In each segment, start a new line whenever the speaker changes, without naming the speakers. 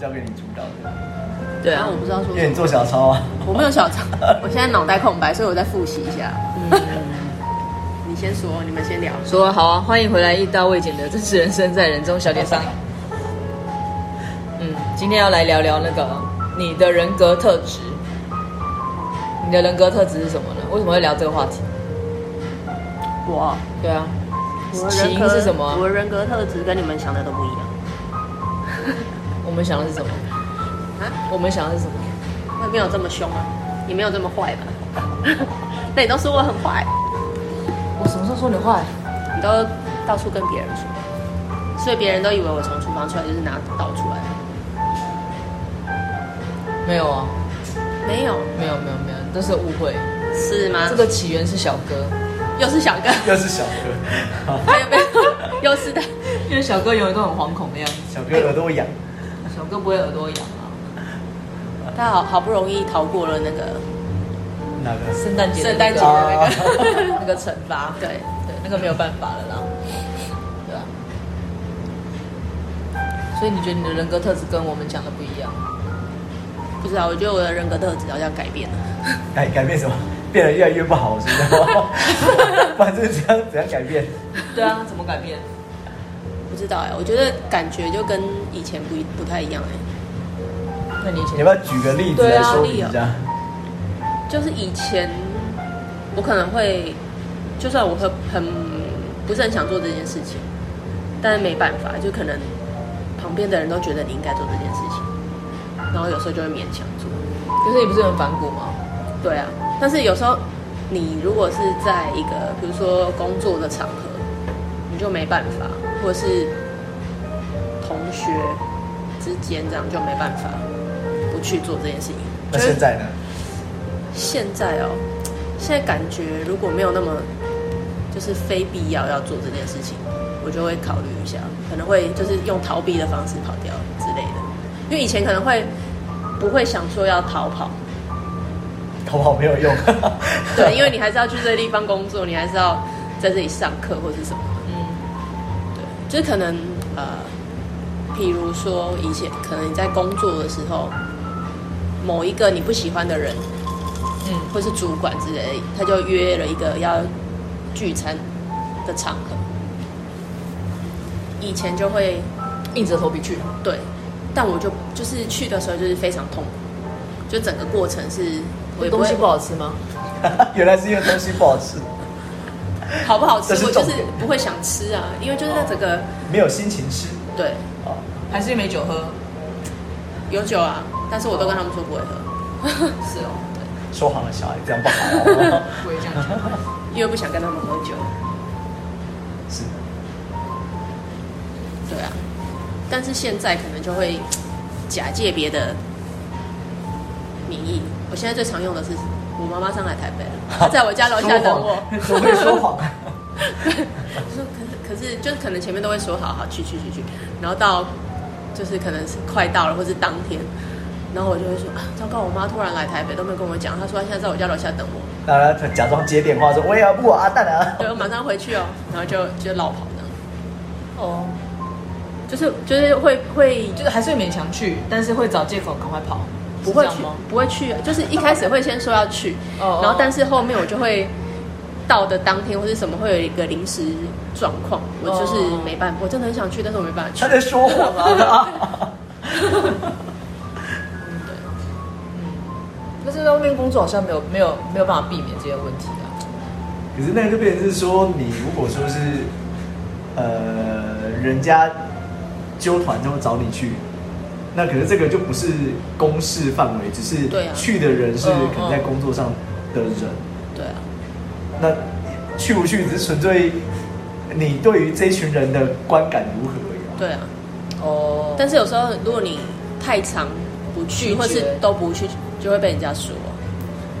交给你主导的，
对
然
啊
后，我不知道说
因为你做小抄啊。
我没有小抄，我现在脑袋空白，所以我再复习一下。
嗯
你先说，你们先聊。
说好啊，欢迎回来《一刀未剪的真实人生在人中小点上》。嗯，今天要来聊聊那个你的人格特质。你的人格特质是什么呢？为什么会聊这个话题？
我，
对啊，
我
起
人
因
格
是什么啊
我人格特质跟你们想的都不一样。
我们想的是什么？
啊，
我们想的是什么？
我也没有这么凶啊，也没有这么坏吧？ 那你都说我很坏，
我什么时候说你坏？
你都到处跟别人说，所以别人都以为我从厨房出来就是拿刀出来的。
没有啊，
没有，
没有没有没有，都是误会。
是吗？
这个起源是小哥，
又是 小哥，
又是小哥，
没有没有，又是他。
因为小哥永远都很惶恐的样子，
小哥耳朵痒，
小哥不会耳朵痒啊。
他好好不容易逃过了那个
哪个？
圣诞节的
圣
那
诞
个，
节的那个
那个惩罚，
对，
对，那个没有办法了啦，对啊。所以你觉得你的人格特质跟我们讲的不一样？
不知道，我觉得我的人格特质好像改变了。
改改变什么？变得越来越不好，是不是？反正怎样怎样改变？
对啊，怎么改变？
不知道哎、我觉得感觉就跟以前不一不太一样哎、
那你以
你
前
要不要举个例子来说明一
对
下？
就是以前我可能会，就算我会很不是很想做这件事情，但是没办法，就可能旁边的人都觉得你应该做这件事情，然后有时候就会勉强做。
就是你不是很反骨吗？
对啊，但是有时候你如果是在一个比如说工作的场合，你就没办法，或者是同学之间这样就没办法不去做这件事情。
那现在呢？
现在哦，现在感觉如果没有那么就是非必要要做这件事情，我就会考虑一下，可能会就是用逃避的方式跑掉之类的。因为以前可能会不会想说要逃跑，
逃跑没有用。
对，因为你还是要去这个地方工作，你还是要在这里上课或是什么，
嗯，
对，就是可能呃，譬如说以前可能你在工作的时候，某一个你不喜欢的人，
嗯，
或是主管之类，他就约了一个要聚餐的场合，以前就会
硬着头皮去。
对，但我就就是去的时候就是非常痛苦，就整个过程是我也不
东
会
西不好吃吗？
原来是因为东西不好吃，
好不好吃
这，是
我就
重
是
点哦
不会想吃啊，因为就是那整个
没有心情吃
对。
啊。
还是没酒喝？
有酒啊，但是我都跟他们说不会喝，
是哦，
说谎的小孩这样不好、
不会这样讲。
因为不想跟他们喝酒。
是，
对啊，但是现在可能就会假借别的名义。我现在最常用的是，我妈妈上来台 北了，她在我家楼下等我。
说谎 怎么会说 谎？
我说可是可是就是可能前面都会说好好去去去去，然后到就是可能是快到了或是当天，然后我就会说啊，糟糕，我妈突然来台北都没有跟我讲，她说她现在在我家楼下等我。
然后他假装接电话说：“喂，阿布啊，阿蛋啊。
对，我马上回去哦，然后就就绕跑这样，
哦，
就是就是会会
就是还是会勉强去，但是会找借口赶快跑，
不会
是这
去
样吗？，
不会去，就是一开始会先说要去，
哦哦
然后但是后面我就会到的当天或是什么会有一个临时状况，我
哦
就是没办法，我真的很想去，但是我没办法”去
他。在说谎啊！
但是在外面工作好像没有没有没有办法避免这些问题啊。
可是那个变成是说，你如果说是呃人家纠团之后找你去，那可是这个就不是公事范围，只是
对啊
去的人是
嗯嗯
可能在工作上的人。
对啊，
那去不去只是纯粹你对于这群人的观感如何而已啊、
对啊，
哦，
但是有时候如果你太长不去
拒绝
或是都不去，就会被人家说，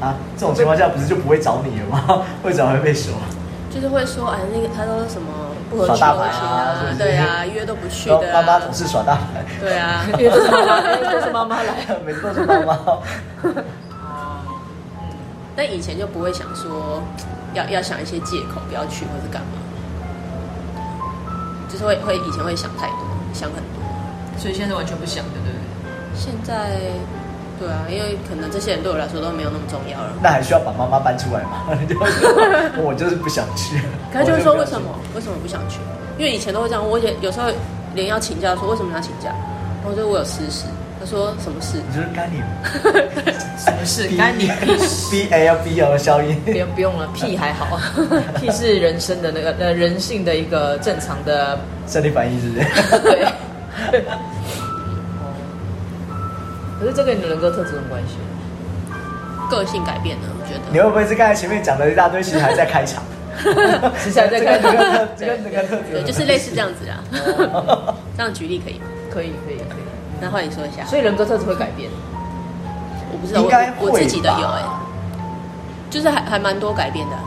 啊，这种情况下不是就不会找你了吗？ 会找会被说，
就是会说哎那个他都什么不合
耍
群
大
合
牌
群
啊是
啊
不，是
对啊，约都不去
然后
的
妈妈
啊
总，是耍大牌，
对啊，
因为都是妈妈，因为都是妈妈 来。
每次都是妈妈。
但以前就不会想说要要想一些借口不要去或是干嘛，就是会会以前会想太多，想很多，
所以现在是完全不想的，对不对？
现在，对啊，因为可能这些人对我来说都没有那么重要了。
那还需要把妈妈搬出来吗？ 就我就是不想去。
可是就
我
是说
不
为
想
什么
去？
为什么不想去？因为以前都会这样，我也有时候连要请假说为什么你要请假，然后就我有私事，他说什么事？
你就是干你
什么事
B
干你屁事？
B L B L 的消音。
不用不用了，屁还好，屁是人生的那个呃人性的一个正常的
生理反应是不 是？
对。
哦
可是这跟你的人格特质有关 系。
个性改变了，我觉得
你会不会是刚才前面讲的一大堆，其实还在开场？
其实还在开场
这个这个这个特
对，就是类似这样子 啦。 这样举例可以吗？
可以可以可以，
那换你说一下，
所以人格特质会改变。
我不知道，
应该
我我
会
自己的有
吧
哎、就是还还蛮多改变的啊、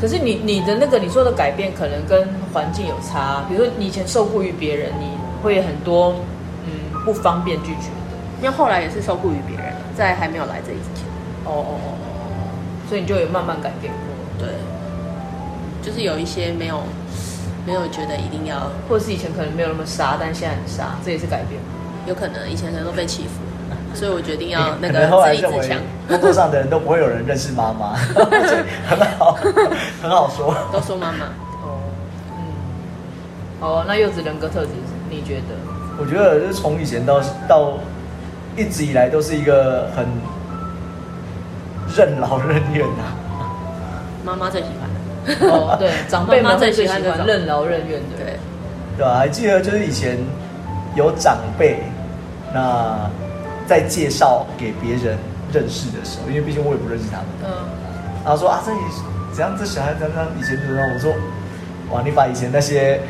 可是你你的那个你说的改变，可能跟环境有差。比如说你以前受雇于别人，你会很多嗯不方便拒绝的。
因为后来也是受雇于别人，在还没有来这里之前，
哦哦哦哦，所以你就有慢慢改变过，
对，就是有一些没有没有觉得一定要，
或者是以前可能没有那么傻，但现在很傻，这也是改变。
有可能以前可能都被欺负，所以我决定要
可
那
能后
个
来
自立
认
自
为
强，
工作上的人都不会有人认识妈 妈，所以很好，很好说。
都说妈妈，
哦，嗯，哦，那柚子人格特质你觉得？
我觉得就是从以前到到一直以来都是一个很任劳任怨啊呐、
妈妈最喜欢的，
哦，对，长辈
妈
们
妈
会
最
最
喜
喜
欢
欢
这种
任劳任怨的。
对，
对吧、还记得就是以前有长辈那在介绍给别人认识的时候，因为毕竟我也不认识他们，
嗯，
然后说啊，这里怎样，这小孩怎样，以前怎样？我说，哇，你把以前那些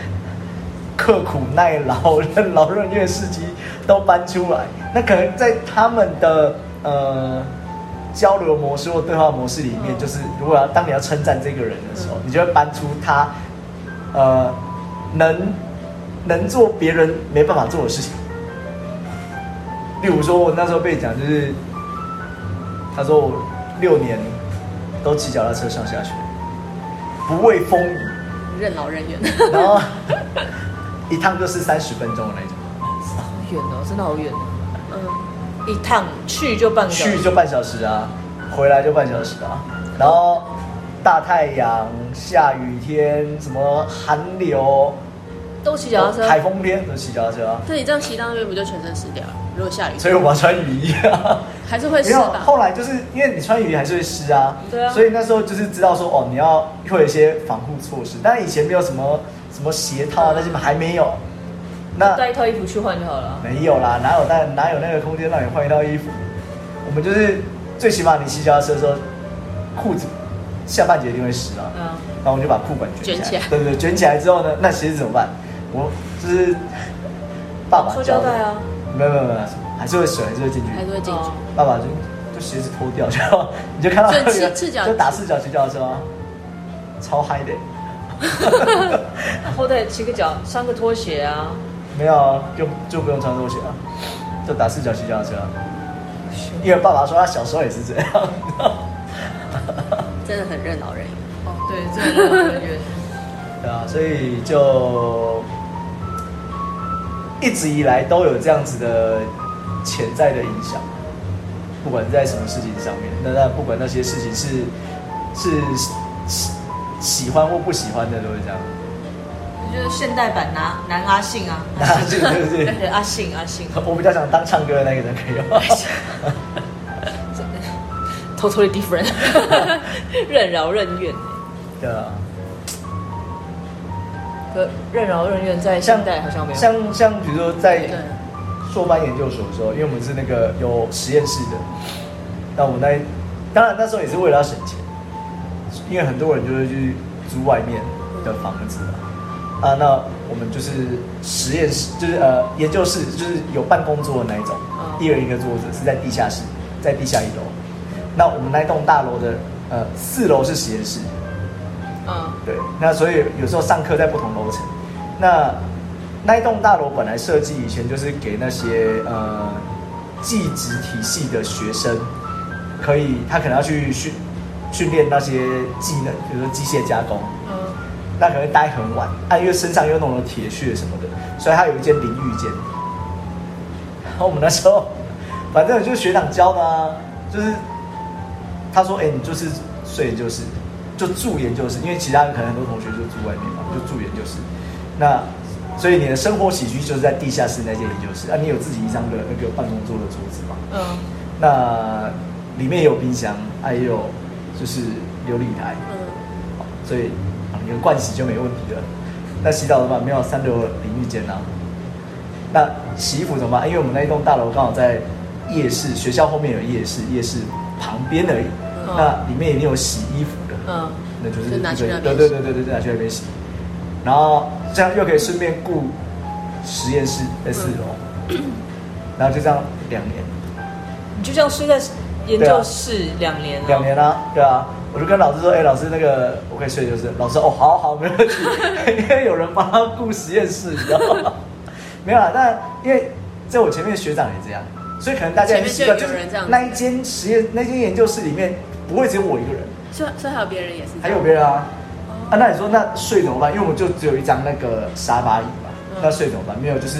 刻苦耐劳、任劳任怨事迹都搬出来，那可能在他们的呃交流模式或对话模式里面，
嗯
就是如果要当你要称赞这个人的时候
嗯，
你就会搬出他呃能能做别人没办法做的事情。例如说，我那时候被讲就是，他说我六年都骑脚踏车上下学，不畏风雨，
任劳任怨，
然后一趟就是三十分钟的那种，
好远哦，真的好远哦，
嗯，
一趟去就半个小时
去就半小时啊，回来就半小时啊，然后大太阳、下雨天、什么寒流、
都骑脚踏车，
台风天都骑脚踏车啊，
那你这样骑到那边不就全身湿掉了？如果下雨，
所以我要穿雨衣啊。
还是会
没
湿
有，
吧？
后来就是因为你穿雨衣还是会湿啊，
对啊
所以那时候就是知道说哦，你要会有一些防护措施，但以前没有什么什么鞋套啊那些还没有，那
带一套衣服去换就好了啊。
没有啦，哪有那哪有那个空间让你换一套衣服？我们就是最起码你骑脚踏车的时候，裤子下半截一定会湿啊，
嗯，
然后我们就把裤管卷
卷
起
起
来，
来
对对，对卷起来之后呢，那鞋子怎么办？我就是爸爸
塑
教
胶
的
袋，啊，
没有没有没有，还是会水还是会进去，
还是会进去
哦，
爸爸就就鞋子脱掉， 然后你就看到
就
那
赤
个
赤脚
就打赤脚骑脚的时候，啊超嗨的。
那后代骑个脚，穿个拖鞋啊。
没有啊，就就不用穿拖鞋啊，就打赤脚骑脚的时候。因为爸爸说他小时候也是这样。
真的很任劳任怨。
哦，对，真的很远。
对啊，所以就一直以来都有这样子的潜在的影响，不管在什么事情上面，那那不管那些事情是是喜喜欢或不喜欢的，都会这样。
就是现代版男男阿信 啊，
阿信对不对
对，阿信阿信，
我比较想当唱歌的那个人，可以吗？
totally different，任劳任怨。
对啊，
可任劳任怨在现代好像没有。
像像比如说在
对，
硕班研究所的时候，因为我们是那个有实验室的，那我们那当然那时候也是为了要省钱，因为很多人就是去租外面的房子啊，啊，那我们就是实验室，就是呃研究室，就是有办公桌的那一种，
哦
一人一个桌子，是在地下室，在地下一楼。那我们那栋大楼的呃四楼是实验室，
嗯
对，那所以有时候上课在不同楼层。那那一栋大楼本来设计以前就是给那些呃技职体系的学生，可以他可能要去训训练那些技能，比如说机械加工，
嗯，
那可能待很晚，啊，因为身上又弄了铁屑什么的，所以他有一间淋浴间。然 后我们那时候，反正就是学长教的啊，就是他说，哎、你就是睡研究室，就住研究室，因为其他人可能很多同学就住外面嘛，就住研究室。那所以你的生活起居就是在地下室那间研究室啊，你有自己一张的那个办公桌的桌子嘛，
嗯，
那里面也有冰箱，还有就是琉璃台，
嗯，
所以啊你的盥洗就没问题了。那洗澡的话，没有三楼淋浴间啊。那洗衣服怎么办？因为我们那一栋大楼刚好在夜市，学校后面有夜市，夜市旁边而已。
嗯
那里面一定有洗衣服的，
嗯
那就是
就拿去那边
对对对对对，对拿去那边洗。然后这样又可以顺便顾实验室在四楼，
嗯
然后就这样两年。
你嗯就这样睡在研究室两年了，
两年啦、对啊，我就跟老师说，哎、老师那个我可以睡就是，老师哦，好好没 问题，因为有人帮他顾实验室，你知道吗？ 没有啦，但因为在我前面学长也这样，所以可能大家也
前面
习惯
就有人这样子
那一间实验那间研究室里面不会只有我一个人，
所以所以还有别人也是这样，
还有别人啊。啊，那你说那睡怎么办？因为我们就只有一张那个沙发椅嘛，
嗯
那睡怎么办？没有，就是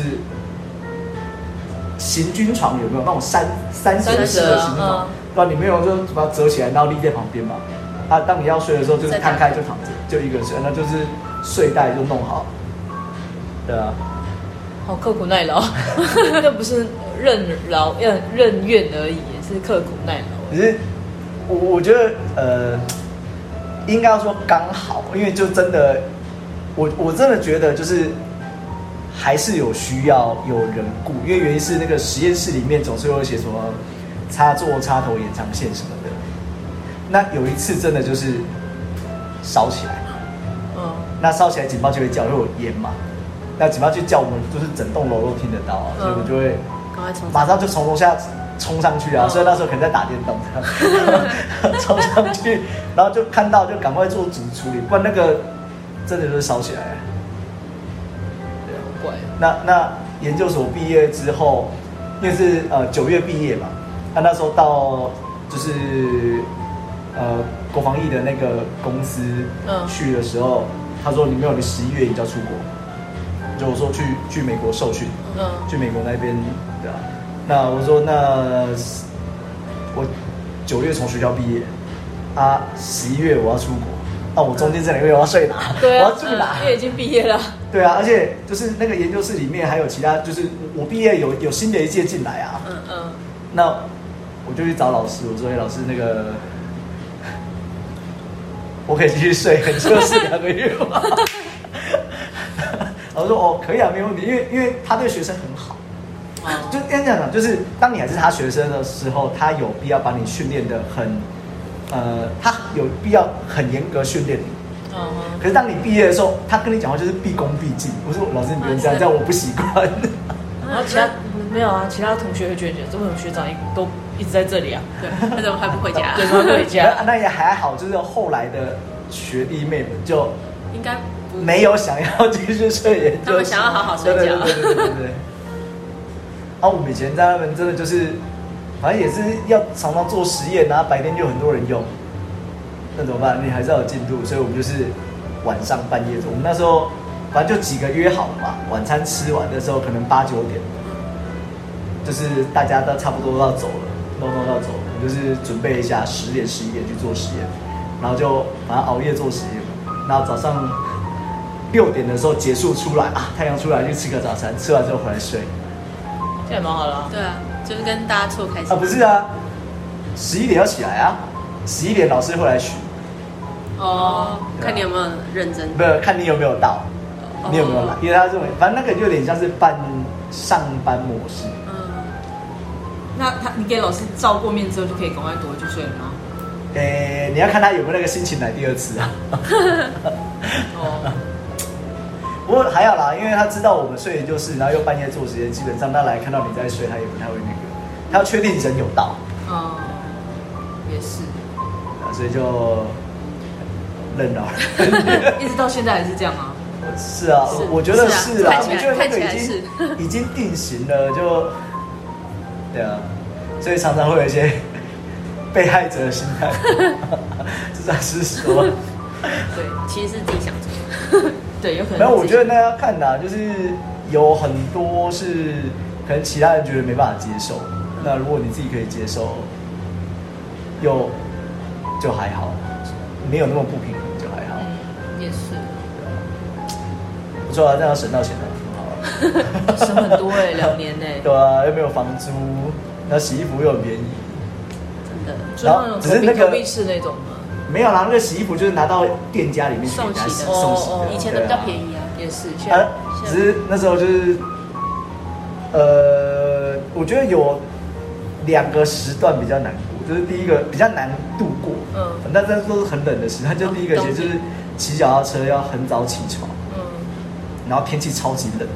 行军床有没有那种三三
三
折式
折
的行军床
嗯？
对吧？你没有就把它折起来，然后立在旁边嘛。啊，当你要睡的时候，就是
再躺
摊开就躺着，就一个人睡，那就是睡袋就弄好。对啊，
好刻苦耐劳， 那不是任劳任任怨而已，是刻苦耐劳。
只是我我觉得呃，应该要说刚好，因为就真的，我我真的觉得就是还是有需要有人顾，因为原因是那个实验室里面总是会写什么插座、插头、延长线什么的。那有一次真的就是烧起来，
嗯
那烧起来警报就会叫，因为有烟嘛。那警报就叫，我们就是整栋楼都听得到啊，所以我们就会
嗯赶快冲上
马上就从楼下冲上去啊！
嗯
所以那时候可能在打电动，这样 冲上去，然后就看到就赶快做主处理，不然那个真的就是烧起来了。对啊
好怪哦
那那研究所毕业之后，因为是呃九月毕业嘛，那那时候到就是呃国防艺的那个公司
嗯
去的时候，他说你没有，你十一月你就要出国，就我说去去美国受训，
嗯
去美国那边对啊。那我说那我九月从学校毕业，啊十一月我要出国，那我中间这两个月我要睡哪？
对
我要，
啊
住哪？
嗯因为已经毕业了，
对啊，而且就是那个研究室里面还有其他，就是我毕业有有新的一届进来啊，
嗯
嗯，
那我就去找老师，我说：“哎、老师，那个我可以继续睡很久是两个月吗？” 老师说：“哦，可以啊，没问题，因为因为他对学生很好，
哦
就跟这样讲，就是当你还是他学生的时候，他有必要把你训练的很，呃，他有必要很严格训练你。”
嗯哼
可是当你毕业的时候，他跟你讲话就是毕恭毕敬。我说老师，你不用
啊
这样，这样我不习惯。
啊
然后其他没有啊，其他同学会觉得这为什么学长一都一直在这里啊？
对，他怎么还不 回家？
对，怎么
那
回家？
那也还好，就是后来的学弟妹们就
应该不
没有想要继续睡研究室，
他们想要好好睡觉
对对对对对对。啊，我们以前在他们真的就是，反正也是要常常做实验啊，白天就很多人用，那怎么办？你还是要有进度，所以我们就是晚上半夜做。我们那时候反正就几个约好了嘛，晚餐吃完的时候可能八九点，就是大家都差不多要走了，弄弄要走了，我们就是准备一下十点十一点去做实验，然后就反正熬夜做实验嘛，然后早上六点的时候结束出来啊，太阳出来去吃个早餐，吃完之后回来睡
这样也蛮好的啊。
对啊，就是跟大家错开心
啊，不是啊，十一点要起来啊，十一点老师会来巡，
哦，看你有没有认真，
没有看你有没有到，你有没有来，因为他认为反正那个有点像是半上班模式，
嗯，
那他你给老师照过面之后，就可以赶快躲回去睡了吗？
诶、你要看他有没有那个心情来第二次啊。
哦，
不过还好啦，因为他知道我们睡研究室，然后又半夜做实验，基本上他来看到你在睡，他也不太会那个，他要确定人有到，
嗯，哦也 是，
啊所以就认了。
一直到现在还是这样啊。
是啊，
是
我我觉得是啦，
看
我
起来
觉得那
看
个已
起来
经 已经定型了，就对啊，所以常常会有一些被害者的心态， 这算是 说，
对
其实是自己想做，
对，有可能。
没有，我觉得那要看的啊，就是有很多是可能其他人觉得没办法接受。那如果你自己可以接受，又就还好，没有那么不平衡就还好。
嗯，也是，
不错啊，这样省到钱了，很好啊。
省很多哎、两年哎、
对啊，又没有房租，那洗衣服又很便宜。
真的，
就是那种
只是
投
那
币
个
投币式那种吗？
没有啦，那个洗衣服就是拿到店家里面去给人家洗
送洗的
哎送洗
哦
的，
哦
以前的比较便
宜。
宜啊，
也是，现在、
啊，只是那时候就是，呃，我觉得有两个时段比较难过，就是第一个比较难度过，
嗯
嗯，那那都是很冷的时段，就第一个
哦
其实就是骑脚踏车要很早起床，
嗯，
然后天气超级冷，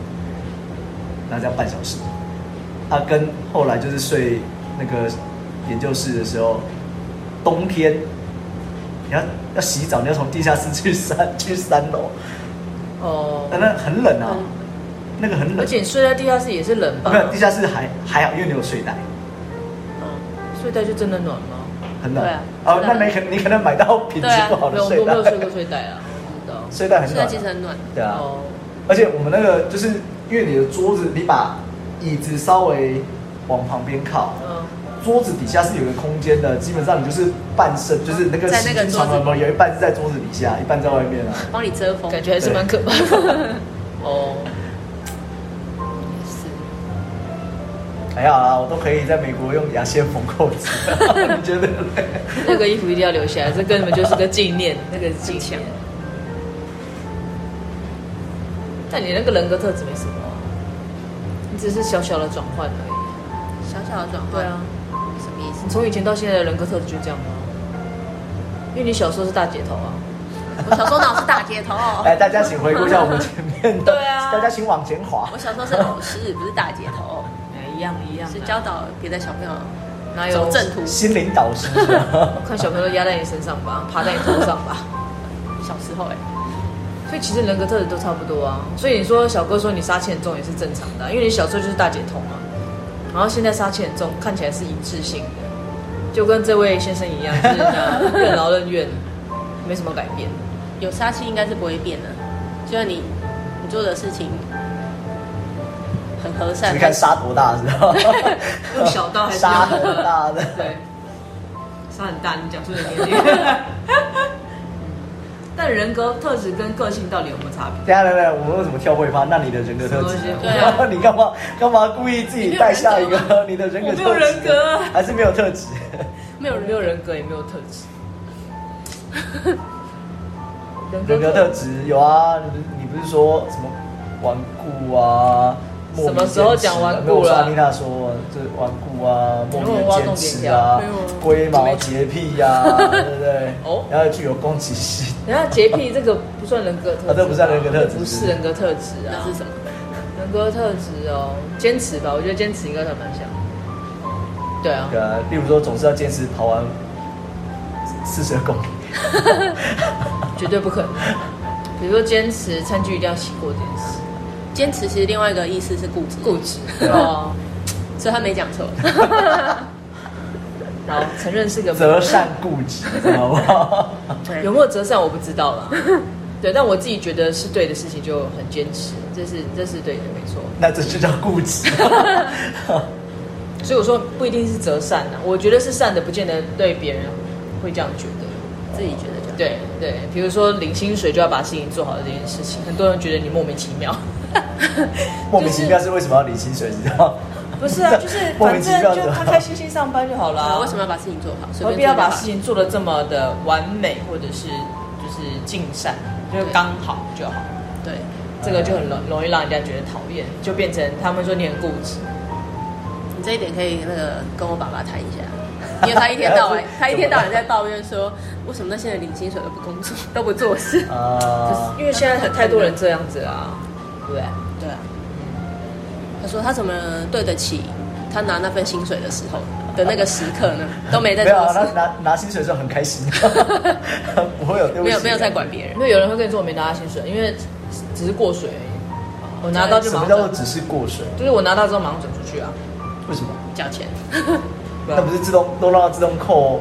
然后这样半小时。啊，跟后来就是睡那个研究室的时候，冬天你要要洗澡，你要从地下室去三去三楼，
哦，
但那很冷啊
嗯，
那个很冷
而。且你睡在地下室也是冷吧
没？有地下室还还好，因为你有睡袋，
嗯，
睡袋就真的暖吗？
很冷
对啊。
哦，
睡
那
袋
没可你可能买到品质
对啊
不好的
没有，我
睡
没有
袋，
睡过睡袋啊，不知道。
睡袋很
现在
暖
其实
啊。
很暖，
对啊，
哦，
而且我们那个就是因为你的桌子，你把椅子稍微往旁边靠，
嗯，
桌子底下是有个空间的，基本上你就是半身，就是那个
在那个
洗衣床
桌子
有没有有一半是在桌子底下，一半在外面啊。
帮你遮风，
感觉还是蛮可怕的。 哦，
是
还好哎啦，我都可以在美国用牙线缝扣子，你觉得嘞？
那个衣服一定要留下来，这根本就是个纪 念，那个是纪念。但你那个人格特质没什么啊，你只是小小的转换而已。
小小的转换，
对啊，
什么意思
你？从以前到现在的人格特质就这样吗？因为你小时候是大姐头啊。
我小时候哪有是大街头？
来，大家请回顾一下我们前面的，
对啊
大家请往前滑
我。小时候是老师，不是大街头，
哎，一样一样啊。
是教导别的小朋友
哪有
走正途。
心灵导师，
我看小朋友都压在你身上 吧，爬在你头上吧。
小时候哎，
所以其实人格特质都差不多啊。所以你说小哥说你杀气很重也是正常的啊、因为你小时候就是大姐头嘛，然后现在杀气很重，看起来是一致性的，就跟这位先生一样，就是呃任劳任怨，没什么改变。
有杀气应该是不会变的，就是你你做的事情很和善，
你看沙多大知道吗？
用小刀还是
沙多大的？
对，杀很大，你讲出你的年龄。但人格特质跟个性到底有没有差别？
等一下，等一下，我们为什么跳会发？那你的人格特质
什么东西？
对啊
你干嘛干嘛故意自己带下一个你的人格特质？
我没有人格啊
还是没有特质？
没有
没有人格，也没有特质。人
人格特质有啊，你不是你不是说什么顽固啊？莫名
什么时候讲顽
坚持啊没有
固了
我说安妮娜说这顽固啊，莫名的坚持啊
没有啊，
龟毛洁癖呀，对不对？
哦
然后具有攻击性，
人家洁癖这个不算人格特质吧，
啊这不算人格特质
不是人格特质啊
那，是什么？
人格特质哦，坚持吧，我觉得坚持应该算蛮像。对啊，
呃，例如说总是要坚持跑完四十公里，啊
绝对不可能。 比如说坚持餐具一定要洗过这件事，
坚持其实另外一个意思是固执，
固执
对啊
哦，
所以他没讲 错。
然后承认是个
择善固执，好不好？
对
有没有折善我不知道啦。 对，但我自己觉得是对的事情就很坚持，这是这是对的，没错。
那这就叫固执。
所以我说不一定是折善啊，我觉得是善的，不见得对别人会这样觉得。
自己觉得这样，
对对，比如说领薪水就要把事情做好的这件事情，很多人觉得你莫名其妙。
莫名其妙是为什么要领薪水？你知道？
不是啊，就是
莫
反
名其
正
妙
就
的
开开心心上班就好
啊，
啦。
为什么要把事情做好？随
何
便
必要把
做就好
事情做的这么的完美，或者是就是尽善，就是
对
刚好就好。
对，
这个就很容容易让人家觉得讨厌，就变成他们说你很固执。
你这一点可以那个跟我爸爸谈一下，因为他一天到晚
怎么了，
他一天到晚在抱怨说，为什么那些人领薪水都不工作， 都不做 事。
啊，
因为现在很太多人这样子啦，对不对？
对啊，他说他怎么对得起他拿那份薪水的时候的那个时刻呢？都没在
没有
做
啊，他
事，
拿拿薪水的时候很开心， 不会有对不起
没有没有在管别人
因。为有人会跟你说我没拿到薪水，因为只是过水而已。我拿到就
啊什
马
么
上
叫做
转，
只是过水？
就是我拿到之后马上转出去啊。
为什么？
交钱，
对啊
那不是自动都让它自动扣？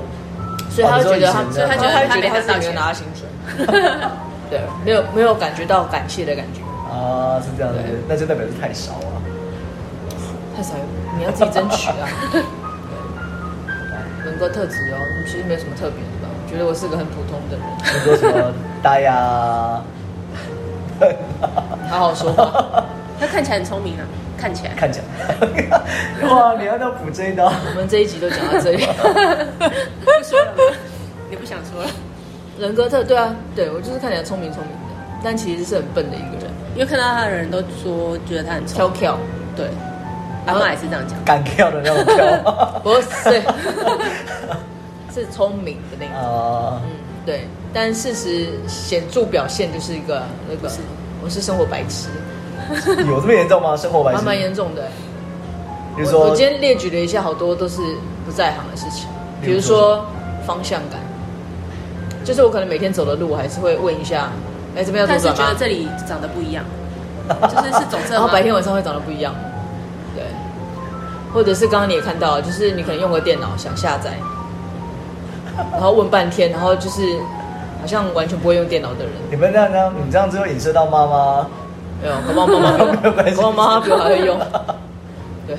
所以他会觉得他，
哦
所以他
你
觉得
说
他
以
觉
前
得
的
他自己没有拿到薪水， 对，没有没有感觉到感谢的感觉。
啊，是这样子
对，
那就代表是太少啊。
太少，你要自己争取啊。 对人格特质哦，其实没有什么特别的吧？我觉得我是个很普通的人，
你说什么呆啊呀？
好好说话。
他看起来很聪明啊，看起来。
看起 来，哇，你要不要补这一刀？
我们这一集都讲到这里。
不说了吗，你不想说了，
人格特对啊，对我就是看起来聪明聪明的，但其实是很笨的一个人，
因为看到他的人都说觉得他很
跳
聪明。
跳，
对，阿妈也是这样讲。
敢跳的那种跳。
不是，是聪明的那 种。
啊，
嗯，对，但事实显著表现就是一个那个
是，
我是生活白痴，
有这么严重吗？生活白
还蛮
痴，
严重的、欸。
比如
我
说
我今天列举了一下，好多都是不在行的事情，比
比
如
如说
说方向感，就是我可能每天走的路，我还是会问一下，哎、这边要
但
左
是
转
觉得
吗？
这里长得不一样，就是是走
啊
这
然后
吗
哦白天晚上会长得不一样，对，或者是刚刚你也看到，就是你可能用个电脑想下载，然后问半天，然后就是好像完全不会用电脑的人，
你们这样这样，你这样之后影射到妈妈，
没有，搞不好妈妈比
没有关
我，
系
搞不好妈妈比我还会用，对，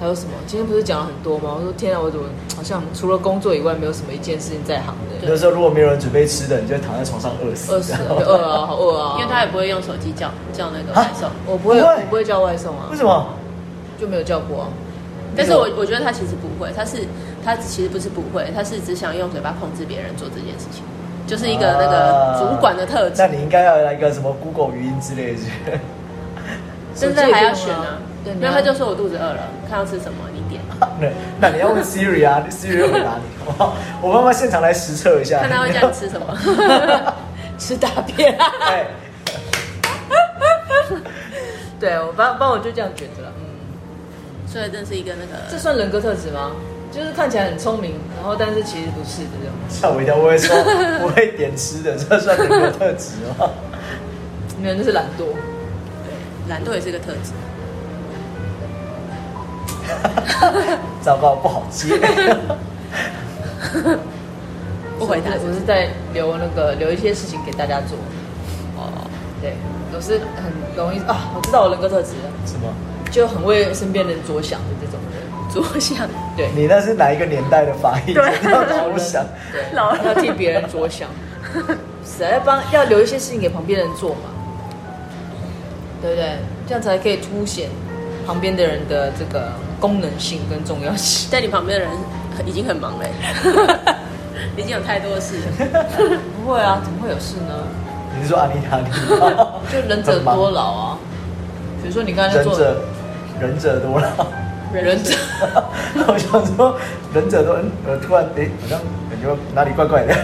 还有什么？今天不是讲了很多吗？我说天啊，我怎么好像除了工作以外，没有什么一件事情在行
有
的，
的时候如果没有人准备吃的，你就会躺在床上饿死。
饿死了，
这样
饿啊，好饿啊，
因为他也不会用手机叫叫那个外送。
我不会，
不会
我不会叫外送啊
为，什么？
就没有叫过啊，
但是我我觉得他其实不会，他是他其实不是不会，他是只想用嘴巴控制别人做这件事情，就是一个那个
啊
主管的特质
那。你应该要来一个什么 Google 语音之类的。
现在还要选
手机也
啊
不用啊对，
没
你要
有他就说我肚子饿了，看要吃什么你 点，
那那你要问 Siri 啊，Siri 会回答你，好不好？ 我妈妈现场来实测一下，
看他会叫你吃什么。
吃大便。
哎，
对，我帮帮我就这样觉得了。嗯，
所以这是一个那
这
个，
算人格特质吗？就是看起来很聪明，然后但是其实不是的这种，
吓我一跳！我会说我会点吃的，这算人格特质吗？
没有，那是懒惰。
懒惰也是一个特质。
糟糕，不好接。
不回答
我是我是在留那个留一些事情给大家做。
哦，
对，我是很容易啊，我知道我人格特质了，
什么？
就很为身边人着想的这种人。
着 想，
对，
你那是哪一个年代的发 音？
对
要我想，
对，
老了
要替别人着想，谁要帮要留一些事情给旁边人做嘛，对不对？这样才可以凸显旁边的人的这个功能性跟重要 性。
在你旁边的人已经很 忙了，已经有太多事了。
不会啊，怎么会有事 呢？
你是说阿妮塔妮吗？
就忍者
很忙
多劳啊。比如说你刚才
忍
就做
者，忍者多了。
忍者，
我想说，忍者多，嗯呃，突然诶，好像感觉哪里怪怪的，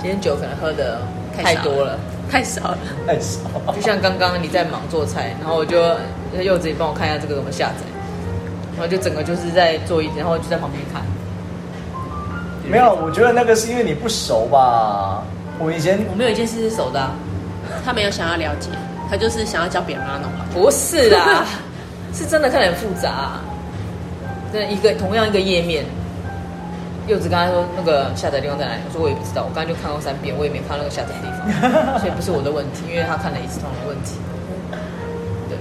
今天酒可能喝的太
太少了
多了，
太少了，
太少。
就像刚刚你在忙做菜，然后我就呃柚子也帮我看一下这个怎么下载，然后就整个就是在做一，然后就在旁边看。
没有，我觉得那个是因为你不熟吧。我以前
我没有一件事是熟的、啊，
他没有想要了解，他就是想要教别人帮他弄好。
不是啦， 是真的看得很复杂、啊。真的一个同样一个页面，柚子刚才说那个下载地方在哪里，我说我也不知道，我刚才就看过三遍，我也没看到那个下载地 方，所以不是我的问题，因为他看了一次同样的问题。对，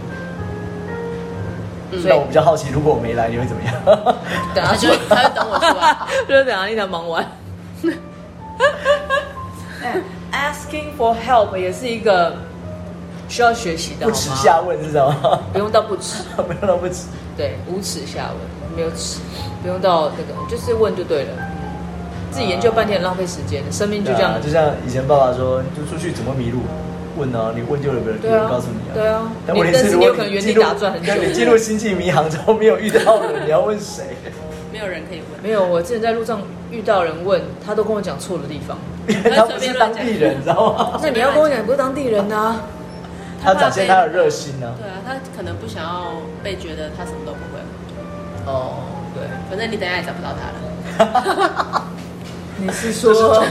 嗯
所以
那我比较好奇，如果我没来，你会怎么样？
等啊下
他就他就等我说啊，
就是等下你俩忙完。 哎 Asking for help 也是一个需要学习的，
不耻
好吗
下问是什么？
不用到不耻，
没有那不耻。
对，无耻下问，没有耻，不用到那个，就是问就对了。自己研究半天很浪费时间，生命就这样
对啊，就像以前爸爸说，你就出去怎么迷路？问啊，你问就有人
对啊
告诉你啊。
对啊
但问题
你但是
如
你
果
有可能原地
进入
打转很久
你进入星际迷航之后没有遇到人，你要问 谁？
没有人可以问。
没有，我之前在路上遇到人问，他都跟我讲错的地方。
因为他不是当地人，你知道吗？
那你要跟我讲，你不是当地人啊
他
呐、
展现他的热心呢、
对啊，他可能不想要被觉得他什么都不会，
哦，对，
反正你等一下也找不到他了，
你是
这是重
说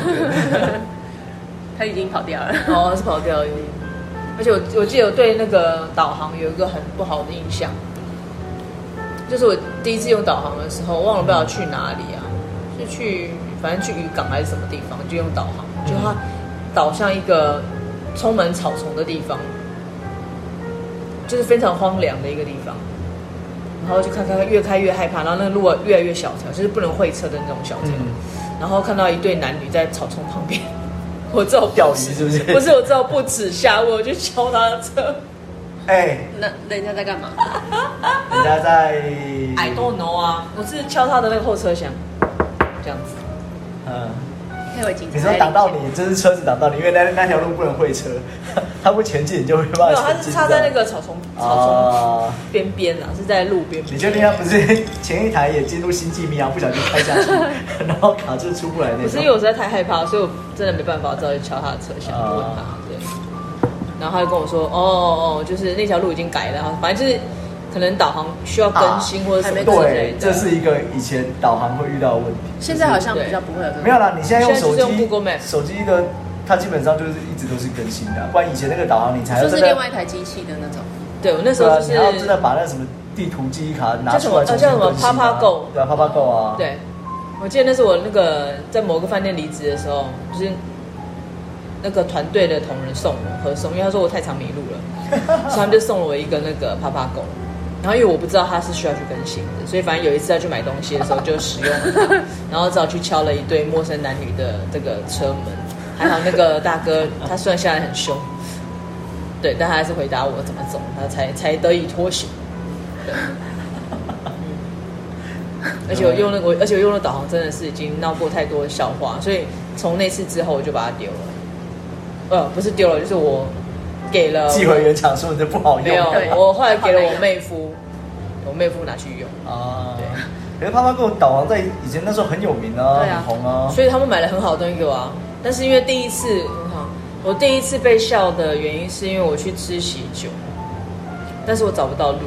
他已经跑掉了。
哦是跑掉而已。而且我我记得我对那个导航有一个很不好的印象，就是我第一次用导航的时候，忘了不知道去哪里啊，是去反正去渔港还是什么地方，就用导航，就它导向一个充满草丛的地方，就是非常荒凉的一个地方。然后就看看，越开越害怕，然后那个路啊越来越小条，就是不能会车的那种小条。
嗯
然后看到一对男女在草丛旁边，我知道不
钓鱼
止
是不是
不是，我知道不耻下问，我就敲他的车。
哎，
那人家在干嘛？
人家在
I don't know 啊，我是敲他的那个后车厢，这样子。
嗯，
因为我警察
你说
在
挡到
临
你，就是车子挡到你，因为那那条路不能会车， 它不前进，你就没
没
办
有，
法
他
前
是
进。
插在那个草丛草
啊。
丛边边啊，是在路边边。
你确定他不是前一台也进入星际密阳，啊不小心开下去，然后卡住出不来那种？
可是因为我实在太害怕，所以我真的没办法，我只好去敲他的车厢
哦
问他。对，然后他就跟我说：“哦哦，就是那条路已经改了，然后反正就是可能导航需要更新
啊
或者什么
还没
之
更
类
对
的。”，
这是一个以前导航会遇到的问题。
现在好像比较不会有这个
没有啦，你现在用手
现在就是用 Google
机，
Map
手机的它基本上就是一直都是更新的，不然以前那个导航你才要
就是
真
另
的，
外一台机器的那种。
对我那时
对
候
啊
就，
你
是
要真的把那什么地图记忆卡拿出来重
呃叫
新
什么
更新啊
PapaGo
对啊，PapaGo 啊，，
对，我记得那是我那个在某个饭店离职的时候，就是那个团队的同仁送我和送，因为他说我太常迷路了，所以他们就送了我一个那个啪啪狗。然后因为我不知道它是需要去更新的，所以反正有一次要去买东西的时候就使用了它， 然后只好去敲了一对陌生男女的这个车门。还好那个大
嗯
哥他虽然下来很凶，对，但他还是回答我怎么走，他才才得以脱险。 对，嗯而且我用那个，我而且我用了导航真的是已经闹过太多的笑话，所以从那次之后我就把它丢了。呃，不是丢了，就是我给了
寄回原厂说你就不好
没有
用
对，
我后来给了我妹夫，我妹夫拿去用，
啊可
对。
是 PapaGo 导航在以前那时候很有名啊，
对啊
很红啊，
所以他们买了很好的东西给我啊。但是因为第一次，我想我第一次被笑的原因是因为我去吃喜酒，但是我找不到路，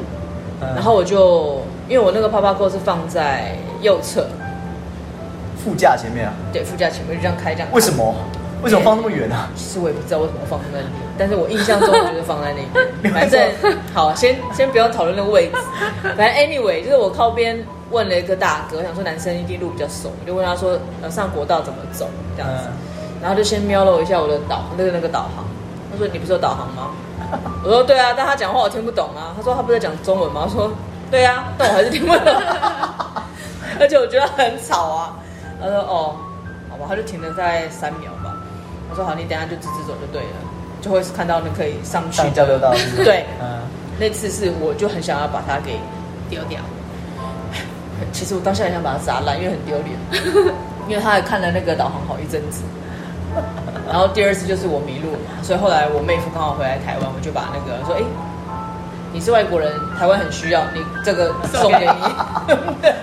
嗯
然后我就因为我那个泡泡扣是放在右侧，
副驾前面啊，
对，副驾前面就这样开这样。
为什？么？为什么放那么远啊？
其实我也不知道为什么放在那里，但是我印象中我就是放在那
你
边。
还
反
说
正好，先先不要讨论那个位置。反正 anyway，就是我靠边问了一个大哥，我想说男生一定路比较熟，我就问他说，呃，上国道怎么走这样
嗯
子，然后就先瞄了我一下我的导那个那个导航，他说你不是有导航吗？我说对啊，但他讲话我听不懂啊。他说他不是在讲中文吗？我说对啊，但我还是听不懂， 而且我觉得很吵啊。他说哦，好吧，他就停了在三秒吧。我说好，你等一下就直直走就对了，就会看到那可以上去
上
的
交流道是不是
对，
嗯，
那次是我就很想要把它给，
丢掉，
其实我当下很想把它砸烂，因为很丢脸， 因为他还看了那个导航好一阵子。 然后第二次就是我迷路了嘛，所以后来我妹夫刚好回来台湾，我就把那个说，哎，你是外国人，台湾很需要你这个送给你。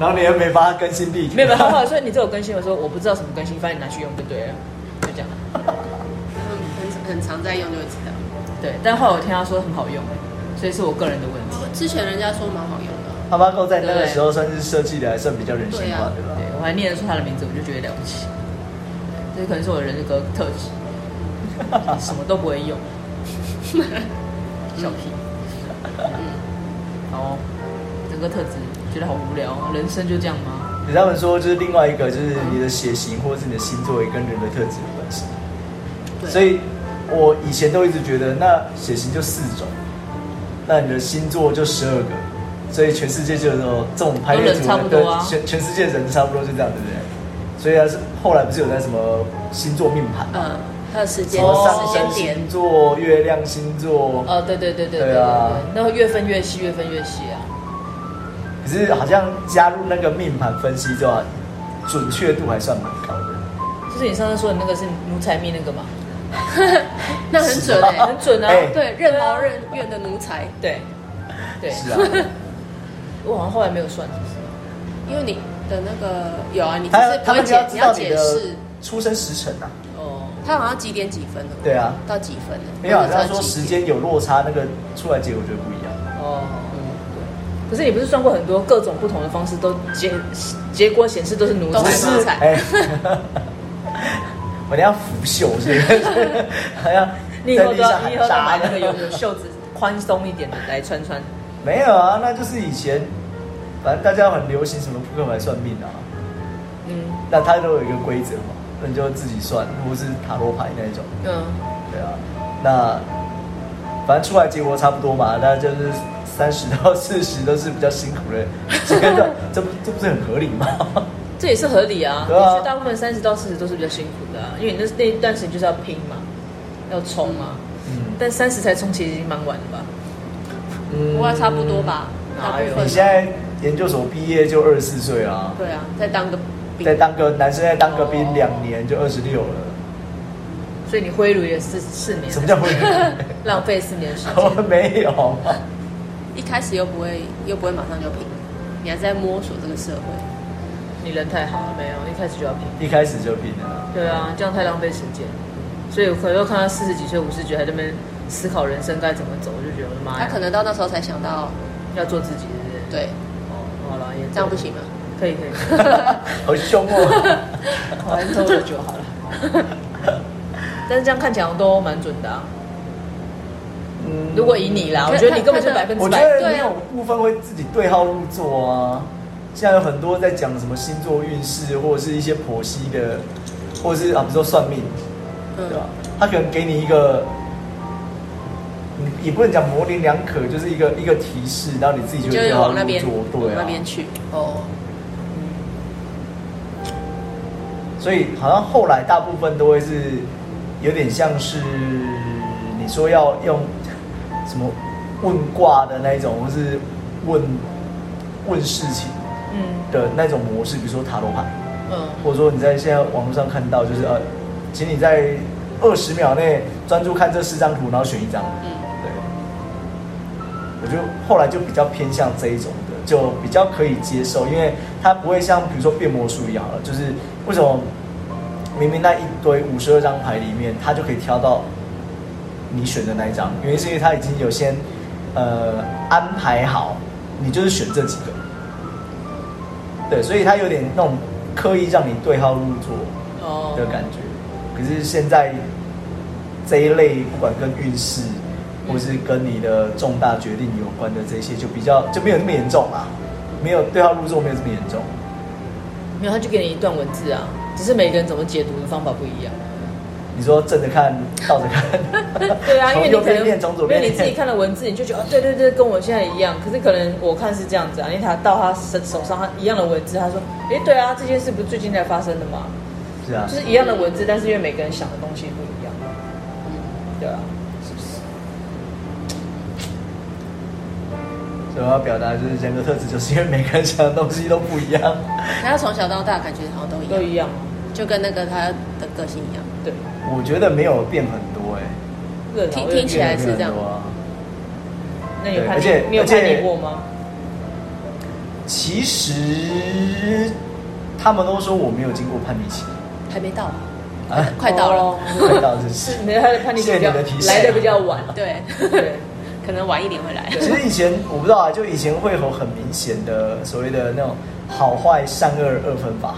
然后你又没帮他更新地图，啊
没有没有， 他后来说你这有更新，我说我不知道什么更新，反正你拿去用就对了，就这样。
很很很常在用就会知道。
对，但后来我听他说很好用，所以是我个人的问题。
之前人家说蛮好用的，
p a p a g o 在那个时候算是设计的还算比较人性化，对
对
吧
对？啊我还念得出他的名字，我就觉得了不起。这可能是我的人格特质，什么都不会用，小屁。
嗯
好哦，人格特质觉得好无聊哦，人生就这样吗？
他们说，就是另外一个，就是你的血型或者是你的星座也跟人的特质有关系。
对
所以，我以前都一直觉得，那血型就四种，那你的星座就十二个，所以全世界就有这种排列组
都人差
合
不
对，
多啊
全全世界人差不多就这样，对不对？所以啊，是后来不是有在什么星座命盘，
嗯，还有时
什
间
么哦上
时
升
间
星
点，
座、月亮星座，
哦，对对对对
对啊
那会越分越细，越分越细啊。
可是好像加入那个命盘分析之后啊，准确度还算蛮高的。
就是你上次说的那个是奴才蜜那个嘛？
那
欸
很准 哎、
很准啊
哎
对，任劳任怨的奴才，
对，对，
是 啊。
我好像后来没有算，
因为你的那个有啊，你就
他
是
要
不
他
会
们就
解
要，知
你
道
要
你
解
的
释，
出生时辰啊。
哦，
他好像几点几分的，
对啊，
到几分了？
没有啊，
或者
他
到
说
几
时
点
间有落差，那个出来结果就不一样。
哦，可是你不是算过很多各种不同的方式，都结结果显示都是奴
都
才
只
是
吗？
是
彩
哎， 我等下腐朽是不是？ 好像
你以后
在
都
地上
要，
喊
你以后都
渣
买那个有有袖子宽松一点的来穿穿。
没有啊，那就是以前，反正大家很流行什么扑克牌算命啊，
嗯
那它都有一个规则嘛，那你就自己算，或是塔罗牌那一种。
嗯，
对啊，那反正出来结果差不多嘛，那就是三十到四十都是比较辛苦的阶段，这不这不是很合理吗？
这也是合理啊。
对啊
我觉得大部分三十到四十都是比较辛苦的、啊，因为你那那一段时间就是要拼嘛，要冲嘛。
嗯
但三十才冲，其实已经蛮晚了吧？
嗯
不过差不多吧，大
哪有
部分
哎你现在研究所毕业就二十四岁啊，
对啊，再当个兵
再当个男生再当个兵
哦
两年就二十六了，
所以你挥炉也是四年，啊
什么叫 哦会？
浪费四年时间？
我没有嘛，
一开始又不会又不会马上就平，你还在摸索这个社会，
你人太好了，没有一开始就要拼。
一开始就拼了，
对啊，这样太浪费时间。所以我可能看他四十几岁、五十几岁还在那边思考人生该怎么走，我就觉得我的
哎
妈呀，
他可能到那时候才想到，
要做自己，对不对？
对，
哦，好了，也
这样不行吗？
可以可以，
好凶 哦。
我还是多喝酒好了。 但是这样看起来都蛮准的、啊。
嗯
如果以你啦，
看
我觉得你根本就百
看
分之
我觉
百。
得
对啊
你有部分会自己对号入座啊。现在有很多在讲什么星座运势，或者是一些剖析的，或者是啊，比如说算命，对吧
啊
嗯，？
他可能给你一个，你也不能讲模棱两可，就是一个一个提示，然后你自己就
就
会对
有
号
往
入
那边
座，
往
对
那
啊。
边去，
哦，
所以好像后来大部分都会是有点像是你说要用什么问卦的那一种，或是问问事情
嗯
的那种模式，比如说塔罗牌。
嗯，
或者说你在现在网络上看到，就是呃，请你在二十秒内专注看这四张图，然后选一张。
嗯，
对，我就后来就比较偏向这一种的，就比较可以接受，因为它不会像比如说变魔术一样了，就是为什么明明那一堆五十二张牌里面，它就可以挑到你选的那一张，原因是因为它已经有先呃安排好，你就是选这几个。对，所以它有点那种刻意让你对号入座。
哦，
的感觉。可是现在这一类，不管跟运势，或是跟你的重大决定有关的这些，就比较就没有那么严重啦，没有对号入座没有这么严重。
没有，他就给你一段文字啊，只是每个人怎么解读的方法不一样。
你说正着看，倒着看
，对啊，因为你
从右
可
边
能
念，从左
因
边
为
念
你自己看了文字，你就觉得哦，对对对，跟我现在一样。可是可能我看是这样子啊，因为他到他手手上，他一样的文字，他说，诶，对啊，这件事不是最近才发生的吗？
是啊
就，是一样的文字，但是因为每个人想的东西不一样，对啊，是不是？
所以我要表达就是人格特质，就是因为每个人想的东西都不一样。
他从小到大感觉好像都一
都
样，
一样，
就跟那个他的个性一样，
对，
我觉得没有变很多哎、
任劳
听
任
听起
怨。
来
没有变
是这样
很多啊。
那你有
对
叛
而
逆
且？
你有
而且
叛逆过吗？
其实他们都说我没有经过叛逆期，
还没到，
啊
快到
哦
了，
快到真是
是，。你的他的叛逆期
谢谢
比较
你的提示
来的比较 晚，
对，
对，
可能晚一点会来，
其实以前我不知道啊，就以前会有很明显的所谓的那种好坏善恶二分法，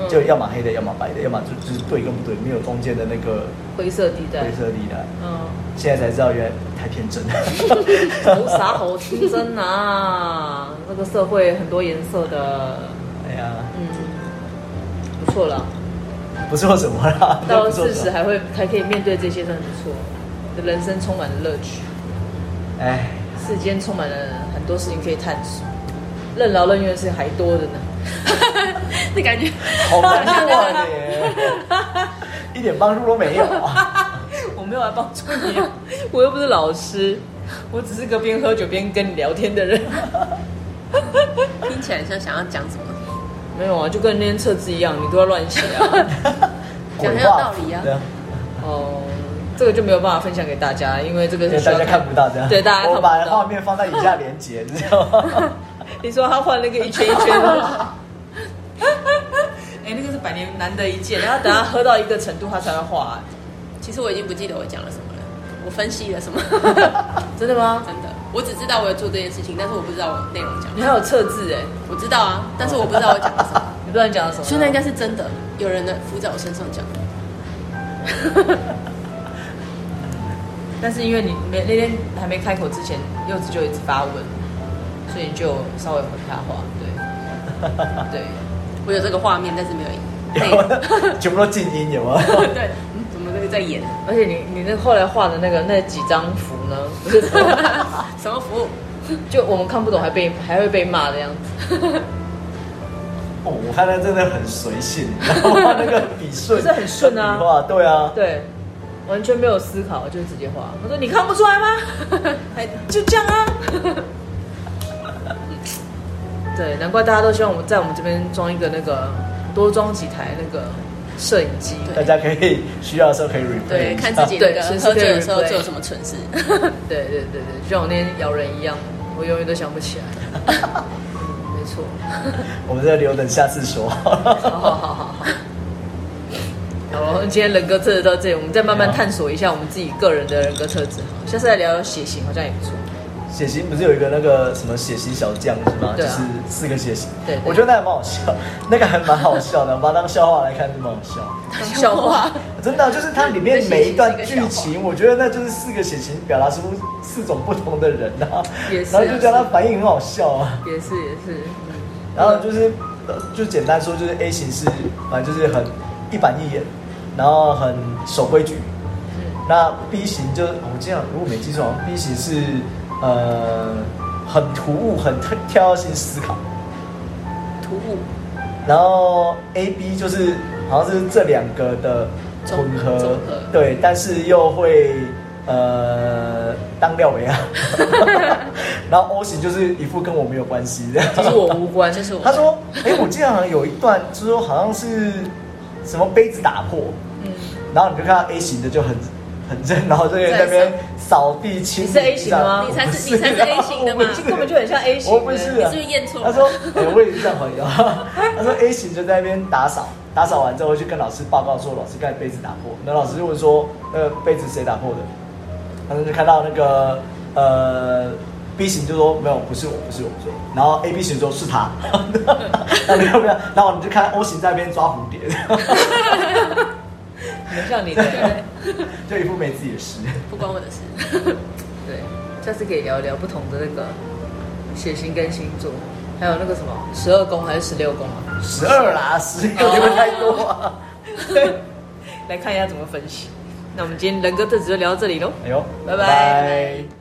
嗯
就要么黑的，要么白的，要么就就是对跟不对，没有中间的那个
灰色地带
灰，色地带。
嗯。
现在才知道原来太天真了。
猴啥猴出真啊！这个社会很多颜色的，
哎呀，
嗯，不错了。
不错什么 啦，
到
不
了
错
四
什
十
么
还会还可以面对这些，真的不错。你的人生充满了乐趣，
哎，
世间充满了很多事情可以探索，任劳任怨的事情还多着呢。
那感觉
好难过啊你，一点帮助都没有 啊。
我没有来帮助你，啊 我又不是老师，我只是个边喝酒边跟你聊天的人。
听起来像想要讲什么，
没有啊，就跟那天测字一样，你都要乱写啊。
讲很有道理啊
鬼话
哦，这个就没有办法分享给大家，因为这个
对
是
啊，
需要
大家看不到这样。
对大家看
我
不
把
到
画。面放在以下连接，你知道吗？
你说他换那个一圈一圈 的。哎、那个是百年难得一见，然后等他喝到一个程度，他才会化、
其实我已经不记得我讲了什么了，我分析了 什么，
真的吗？
真的，我只知道我有做这件事情，但是我不知道我内容讲了
你，还有测字哎、
我知道啊，但是我不知道我讲了什 么，
你不知道你讲了什么？
所以那应该是真的，有人能附在我身上讲，
但是因为你没那天还没开口之前，柚子就一直发文，所以你就稍微回他话，对，对，
我有这个画面，但是没有内容，
全部都静音，有吗？
对，嗯，怎么这个 在演
而且你你那后来画的那个那几张符 呢，不是
什么服务？
就我们看不懂还被还会被骂的样子。
哦，我看他真的很随性， 然后他那个笔顺，
可是很顺啊
笔画对啊，
对，完全没有思考就直接画。我说你看不出来 吗？
还
就这样 啊。对，难怪大家都希望我们在我们这边装一个那个，多装几台那个摄影机。
大家可以需要的时候可以 replay，
对，
一下
看自己那个
啊对
喝醉的时候
对
做什 么蠢事。
对对对对，就像我那天咬人一样，我永远都想不起来。 没错，
我们再留等下次说。
好好 好好好。好，今天人格特质到这里，我们再慢慢探索一下我们自己个人的人格特质。好，下次来聊聊血型，好像也不错。
血型不是有一个那个什么血型小将是吗？
对
就
啊
是四个血型，
对对
我觉得那还蛮好笑， 那个还蛮好笑的，我把它当笑话来看是蛮好笑。
当笑话，
真的啊、就是它里面每一段剧情，我觉得那就是四个血型表达出四种不同的人啊，
也是
然
啊
后就觉得它反应很好笑啊。
也是也是。
然后就是，呃就简单说，就是 A 型是，反正就是很一板一眼，然后很守规矩。那 B 型就是，哦我这样如果没记错，好像 B 型是呃很突兀、很跳跳跃性思考。
突兀，
然后 A、B 就是好像是这两个的混合，
综合
对，但是又会呃当料为啊。 然后 O 型就是一副跟我没有关系的，
就是我无关，就是
他说：“哎、我记得好像有一段，就是说好像是什么杯子打破，
嗯，
然后你就看到 A 型的就很很认，然后这个人在那边扫地清理
你是 A 型吗
这样
你才是
我不
你才是 A 型的嘛
我不
这
是
啊根本就很像 A 型的。
我不是
你
啊
是不是验错
他
了？
说：“哎、我也是这样怀疑啊。” 他说：“A 型就在那边打扫，打扫完之后去跟老师报告说，老师刚才杯子打破。那老师就问说，呃，杯子谁打破的？他们就看到那个呃 B 型就说没有，不是我，不是我，不是我。然后 A B 型说是他，那你要不要？然后你就看 O 型在那边抓蝴蝶，
很嗯像你的。
就一副没自己的事。
不关我的事。
对，下次可以聊聊不同的那个血型跟星座，还有那个什么十二宫还是十六宫啊，
十二啦，十
哦
六你们太多啊。对，
来看一下怎么分析。那我们今天人格特质就聊到这里喽。
哎呦，
拜拜
拜